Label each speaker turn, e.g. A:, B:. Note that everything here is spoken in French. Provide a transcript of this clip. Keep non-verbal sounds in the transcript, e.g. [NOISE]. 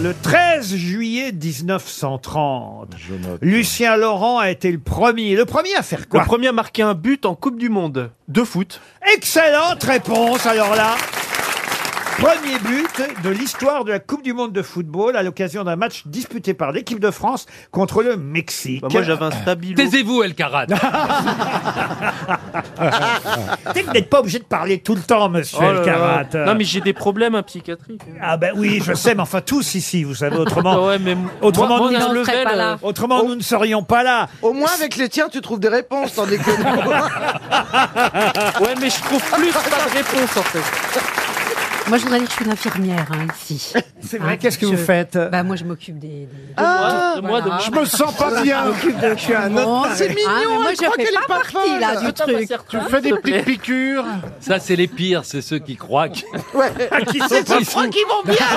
A: Le 13 juillet 1930, Lucien Laurent a été le premier. Le premier à faire quoi
B: Le premier a marqué un but en Coupe du Monde de foot.
A: Excellente réponse, alors là. Premier but de l'histoire de la Coupe du Monde de football à l'occasion d'un match disputé par l'équipe de France contre le Mexique.
B: Bah, moi, j'avais un stabilo.
C: Taisez-vous, El Karat.
A: Peut-être que vous n'êtes pas obligé de parler tout le temps, monsieur
B: Oh là là.
A: Elkarat.
B: Non, mais j'ai des problèmes hein, psychiatriques.
A: Ah ben oui, je sais, mais enfin tous ici, vous savez, autrement...
B: [LAUGHS] ouais, mais m-
A: Autrement
B: moi,
A: dit,
B: moi,
A: on
B: on
D: serait
B: enlevait
D: pas
B: le-
D: là.
A: Autrement, nous ne serions pas là.
D: Oh.
E: Au moins, avec les tiens, tu trouves des réponses, tandis que nous...
B: Ouais, mais je trouve plus pas de réponse en fait.
D: Moi, je voudrais dire que je suis une infirmière hein,
E: [LAUGHS]
D: ici.
A: C'est
D: vrai,
A: qu'est-ce que
D: je-
A: vous faites
D: Bah, moi, je m'occupe des. des-
E: Ah,
B: de moi, de moi.
F: Je
D: voilà.
F: me sens pas bien.
D: Non,
E: c'est mignon,
D: Ah, mais moi,
E: elle
D: je
E: croit
D: fais
E: qu'elle
D: pas
E: est pas
D: partie, là, du truc.
F: Tu me fais des petites piqûres.
C: Ça, c'est les pires, c'est ceux qui croient. que-
E: [LAUGHS] ouais.
C: [LAUGHS]
A: Qui sont pas fous.
E: qui vont bien